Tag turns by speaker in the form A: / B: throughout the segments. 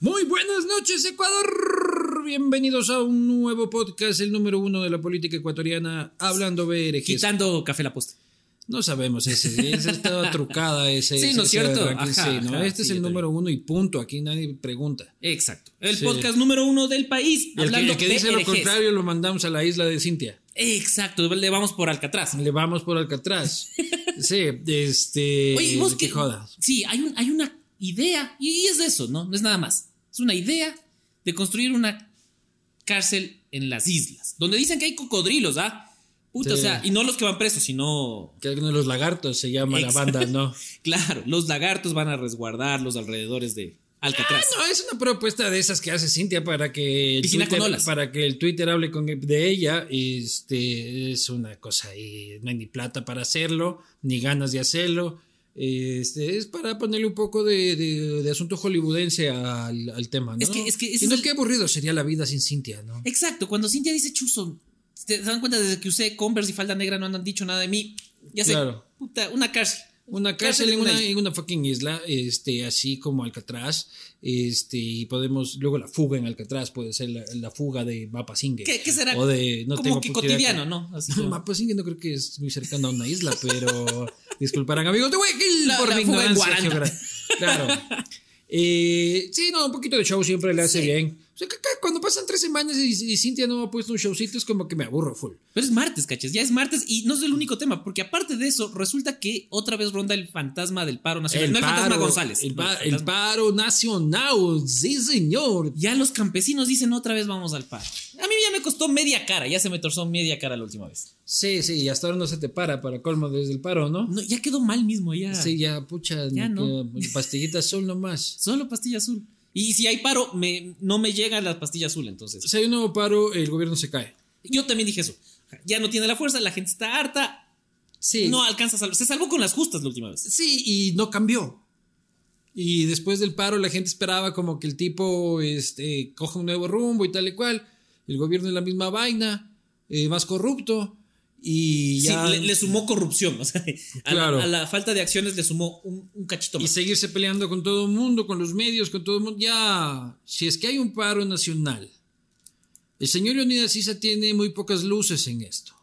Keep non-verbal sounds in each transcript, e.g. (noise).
A: Buenas noches, Ecuador. Bienvenidos a un nuevo podcast, el número uno de la política ecuatoriana, hablando BRG.
B: Quitando café la posta.
A: No sabemos ese, ese (laughs) está trucada ese.
B: Sí, ¿no
A: ese
B: es cierto?
A: ranking,
B: Ajá,
A: sí, ¿no?
B: ajá,
A: este
B: sí,
A: es el
B: yo
A: número uno y punto. Aquí nadie pregunta.
B: Exacto. El
A: Sí.
B: podcast número uno del país.
A: Y el que,
B: hablando
A: el que dice lo
B: PRGs.
A: contrario lo mandamos a la isla de Cintia.
B: Exacto, le vamos por Alcatraz.
A: Le vamos por (laughs) Alcatraz. Sí, este.
B: Oye, ¿y vos
A: que
B: qué-
A: jodas.
B: Sí, hay, un, hay una idea, y es eso, ¿no? No es nada más. Es una idea de construir una cárcel en las islas, donde dicen que hay cocodrilos, ¿ah? Puta,
A: Sí.
B: o sea, y no los que van presos, sino.
A: Que alguno de los lagartos se llama la
B: Ex-
A: banda, ¿no?
B: Claro, los lagartos van a resguardar los alrededores de Alcatraz.
A: Ah, No, es una propuesta de esas que hace Cintia para que el
B: Piscina con
A: Twitter,
B: olas.
A: para que el Twitter hable con, de ella. Este, es una cosa y no hay ni plata para hacerlo, ni ganas de hacerlo. Este, es para ponerle un poco de, de- de asunto hollywoodense al, al tema, ¿no?
B: Es que- es que ese
A: Sino
B: es el- Eh,
A: qué aburrido sería la vida sin Cintia, ¿no?
B: Exacto, cuando Cintia dice chuzo, ¿te dan cuenta desde que usé Converse y falda negra no han dicho nada de mí? Ya sé,
A: Claro.
B: puta, una cárcel.
A: Una cárcel en una, en una fucking isla, este, así como Alcatraz, este, y podemos, luego la fuga en Alcatraz puede ser la, la fuga de Mapasingue.
B: ¿Qué- qué será?
A: O de, no
B: como
A: tengo
B: que
A: puta idea
B: cotidiano,
A: que-
B: ¿no? Así como-
A: Mapasingue (laughs) no creo que es muy cercano a una isla,
B: (laughs)
A: pero disculparán amigos de Guayaquil
B: La-
A: por
B: la
A: mi
B: fuga en
A: ignorancia
B: Guaranda.
A: geográfica. Claro. Eh, sí, no, un poquito de show siempre le hace
B: Sí.
A: bien. O sea, que acá cuando pasan tres semanas y, y Cintia no ha puesto un showcito, es como que me aburro full.
B: Pero es martes, caches, ya es martes y no es el único tema, porque aparte de eso, resulta que otra vez ronda el fantasma del paro nacional. no el Ah, fantasma González.
A: El,
B: no,
A: pa-
B: el
A: el
B: fantasma.
A: paro nacional, sí señor.
B: Ya los campesinos dicen otra vez vamos al paro. A mí ya me costó media cara, ya se me torzó media cara la última vez.
A: Sí, sí, y hasta ahora no se te para para colmo desde el paro, ¿no?
B: No, ya quedó mal mismo, ya.
A: Sí, ya, pucha,
B: Ya
A: ni
B: no.
A: que- pastillita azul nomás.
B: Solo pastilla azul. Y si hay paro, me, no me llega la pastilla azul, entonces.
A: Si hay un nuevo paro, el gobierno se cae.
B: Yo también dije eso. Ya no tiene la fuerza, la gente está harta,
A: Sí.
B: no alcanza a salvar. Se salvó con las justas la última vez.
A: Sí, y no cambió. Y después del paro la gente esperaba como que el tipo este, coja un nuevo rumbo y tal y cual. El gobierno es la misma vaina, eh, más corrupto. Y
B: Sí,
A: ya...
B: le, le sumó corrupción. o sea, a, la-
A: Claro.
B: a la falta de acciones le sumó un, un cachito
A: y
B: más.
A: seguirse peleando con todo el mundo, con los medios, con todo el mundo. Ya, si es que hay un paro nacional, el señor Leonidas Isa tiene muy pocas luces en esto.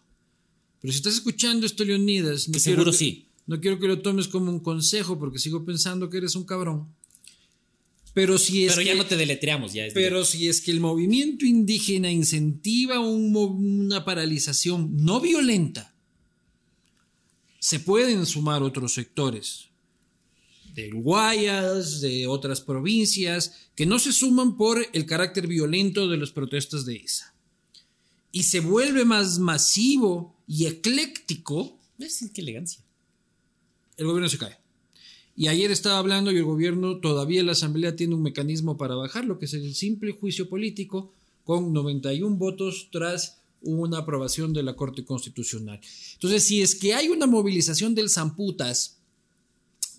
A: Pero si estás escuchando esto, Leonidas, no
B: Que
A: quiero
B: seguro
A: que-
B: sí.
A: No quiero que lo tomes como un consejo porque sigo pensando que eres un cabrón. Pero si es
B: Pero
A: que,
B: ya no te deletreamos, ya es
A: pero si es que el movimiento indígena incentiva un mo- una paralización no violenta, se pueden sumar otros sectores del Guayas, de otras provincias, que no se suman por el carácder violento de las protestas de ISA. Y se vuelve más masivo y ecléctico
B: Es, qué elegancia.
A: el gobierno se cae. Y ayer estaba hablando y el gobierno, todavía la Asamblea tiene un mecanismo para bajarlo, que es el simple juicio político con 91 votos tras una aprobación de la Corte Constitucional. Entonces, si es que hay una movilización del Zamputas,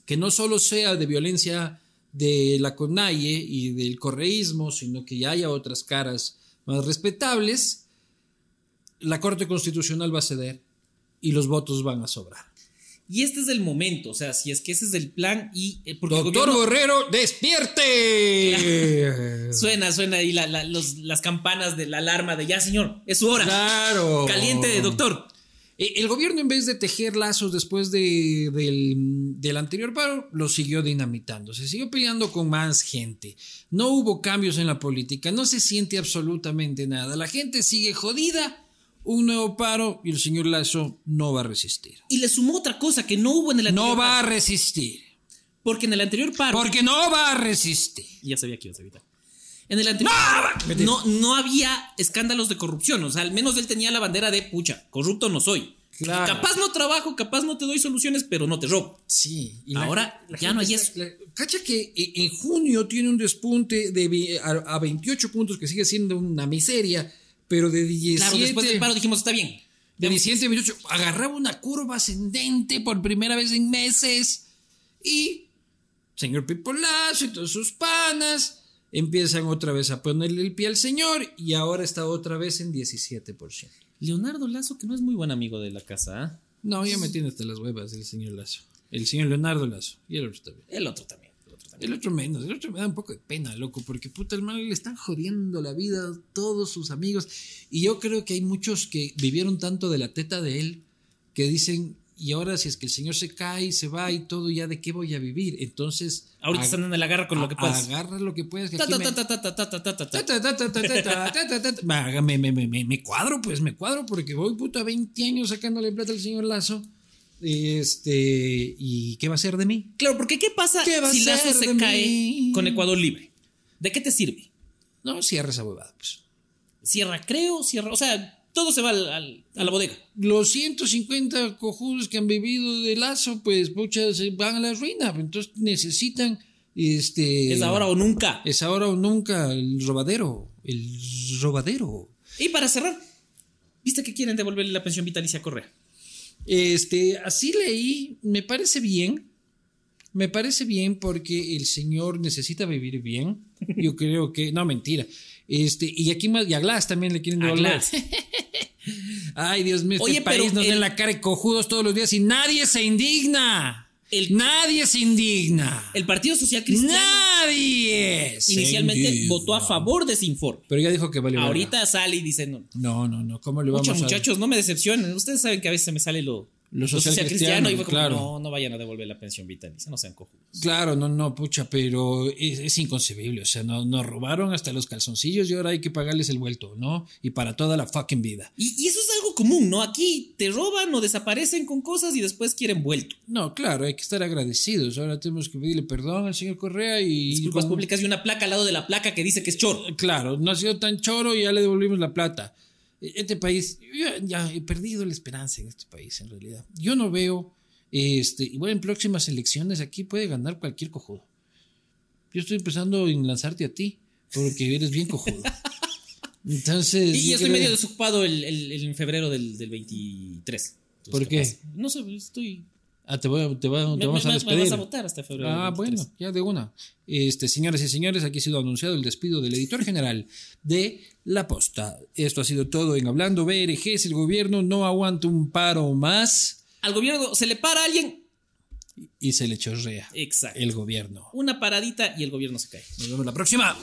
A: que no solo sea de violencia de la CONAIE y del correísmo, sino que ya haya otras caras más respetables, la Corte Constitucional va a ceder y los votos van a sobrar.
B: Y este es el momento, o sea, si es que ese es el plan y... eh, porque el
A: Doctor
B: gobierno-
A: Borrero, despierte.
B: Suena, suena ahí la- la- los- las campanas de la alarma de ya, señor, es su hora.
A: Claro.
B: Caliente de doctor.
A: Eh, El gobierno, en vez de tejer lazos después de- del, del anterior paro, lo siguió dinamitando. Se siguió peleando con más gente. No hubo cambios en la política. No se siente absolutamente nada. La gente sigue jodida. Un nuevo paro y el señor Lazo no va a resistir.
B: Y le sumó otra cosa que no hubo en el anterior
A: No va a
B: paro.
A: resistir.
B: Porque en el anterior paro...
A: Porque no va a resistir.
B: Ya sabía que ibas a evitar. En el anterior no, no había escándalos de corrupción. O sea, al menos él tenía la bandera de pucha, corrupto no soy.
A: Claro.
B: Capaz no trabajo, capaz no te doy soluciones, pero no te robo.
A: Sí, y
B: Ahora ya no hay eso.
A: la- cacha que e- en junio tiene un despunte de vi- a, a 28 puntos, que sigue siendo una miseria, pero de 17,
B: Claro, después del paro dijimos, está bien.
A: de 17 a 28, agarraba una curva ascendente por primera vez en meses y señor Pipolazo y todos sus panas empiezan otra vez a ponerle el pie al señor y ahora está otra vez en 17%.
B: Leonardo Lazo, que no es muy buen amigo de la casa, ¿ah?
A: No, ya me tiene hasta las huevas el señor Lazo. El señor Leonardo Lazo. Y el otro también.
B: El otro también. el otro también.
A: El otro menos, el otro me da un poco de pena, loco, porque puta, el mal le están jodiendo la vida a todos sus amigos. Y yo creo que hay muchos que vivieron tanto de la teta de él que dicen, y ahora si es que el señor se cae, se va y todo, ya de qué voy a vivir. Entonces,
B: Ahorita están en la garra con lo que puedas.
A: agarra lo que puedas. que
B: Ta,
A: aquí
B: ta,
A: me-
B: ta, ta, ta, ta, ta, ta, ta, ta.
A: Ta, ta, ta, ta, ta, ta, ta, ta, ta, ta. Va, Me, me, me, me, me cuadro, pues me cuadro, porque voy puta 20 años sacándole plata al señor Lazo. Este, ¿y qué va a hacer de mí?
B: Claro, porque ¿qué pasa
A: ¿Qué va a
B: si Lazo
A: ser de
B: se cae
A: mí?
B: con Ecuador libre? ¿De qué te sirve?
A: No, cierra esa huevada, pues.
B: Cierra, creo, cierra. O sea, todo se va al- al- a la bodega.
A: Los 150 cojudos que han vivido de Lazo, pues pucha, se van a la ruina. Entonces necesitan, este...
B: Es ahora o nunca.
A: Es ahora o nunca el robadero, el robadero.
B: Y para cerrar, ¿viste que quieren devolverle la pensión vitalicia a Correa?
A: Este, así leí, me parece bien. Me parece bien porque el señor necesita vivir bien. Yo creo que, no, mentira. Este, y aquí más, y a Glass también le quieren
B: A
A: devolver.
B: Glass.
A: Ay, Dios mío, este
B: Oye, pero
A: país nos da en
B: el-
A: la cara de cojudos todos los días y nadie se indigna.
B: El-
A: nadie se indigna.
B: El Partido Social Cristiano
A: nadie. se
B: inicialmente
A: indigna.
B: votó a favor de ese informe.
A: Pero ya dijo que vale. verga.
B: Ahorita sale y dice, no,
A: No, no, no. ¿Cómo le vamos
B: muchos
A: a
B: muchachos, no me decepcionen. Ustedes saben que a veces me sale lo,
A: Lo social cristiano,
B: y fue como,
A: claro.
B: no, no vayan a devolver la pensión vitalicia, no sean cojudos.
A: Claro, no, no, pucha, pero es, es inconcebible. O sea, no- nos robaron hasta los calzoncillos y ahora hay que pagarles el vuelto, ¿no? Y para toda la fucking vida.
B: Y, y eso es algo común, ¿no? Aquí te roban o desaparecen con cosas y después quieren vuelto.
A: No, claro, hay que estar agradecidos. Ahora tenemos que pedirle perdón al señor Correa y.
B: Disculpas
A: como-
B: públicas y una placa al lado de la placa que dice que es chorro.
A: Claro, no ha sido tan choro y ya le devolvimos la plata. E- Este país, yo ya he perdido la esperanza en este país, en realidad. Yo no veo, este, y bueno, en próximas elecciones aquí puede ganar cualquier cojudo. Yo estoy empezando en lanzarte a ti, porque eres bien
B: (laughs)
A: cojudo. Entonces.
B: Y, y
A: yo
B: yo estoy
A: creo-
B: medio desocupado el, el- el- en febrero del, del 23. Entonces,
A: ¿Por qué?
B: pasa? No sé, estoy.
A: Ah, te, voy a- te, va-
B: Me,
A: te
B: me-
A: vamos a
B: me- me
A: despedir.
B: vas a votar hasta febrero. del
A: Ah,
B: 23.
A: bueno, ya de una. Este, señoras y señores, aquí ha sido anunciado el despido del editor general de La Posta. Esto ha sido todo en Hablando BRGs. El gobierno no aguanta un paro más
B: Al gobierno se le para a alguien.
A: y se le chorrea
B: Exacto.
A: el gobierno.
B: Una paradita y el gobierno se cae.
A: Nos vemos la próxima.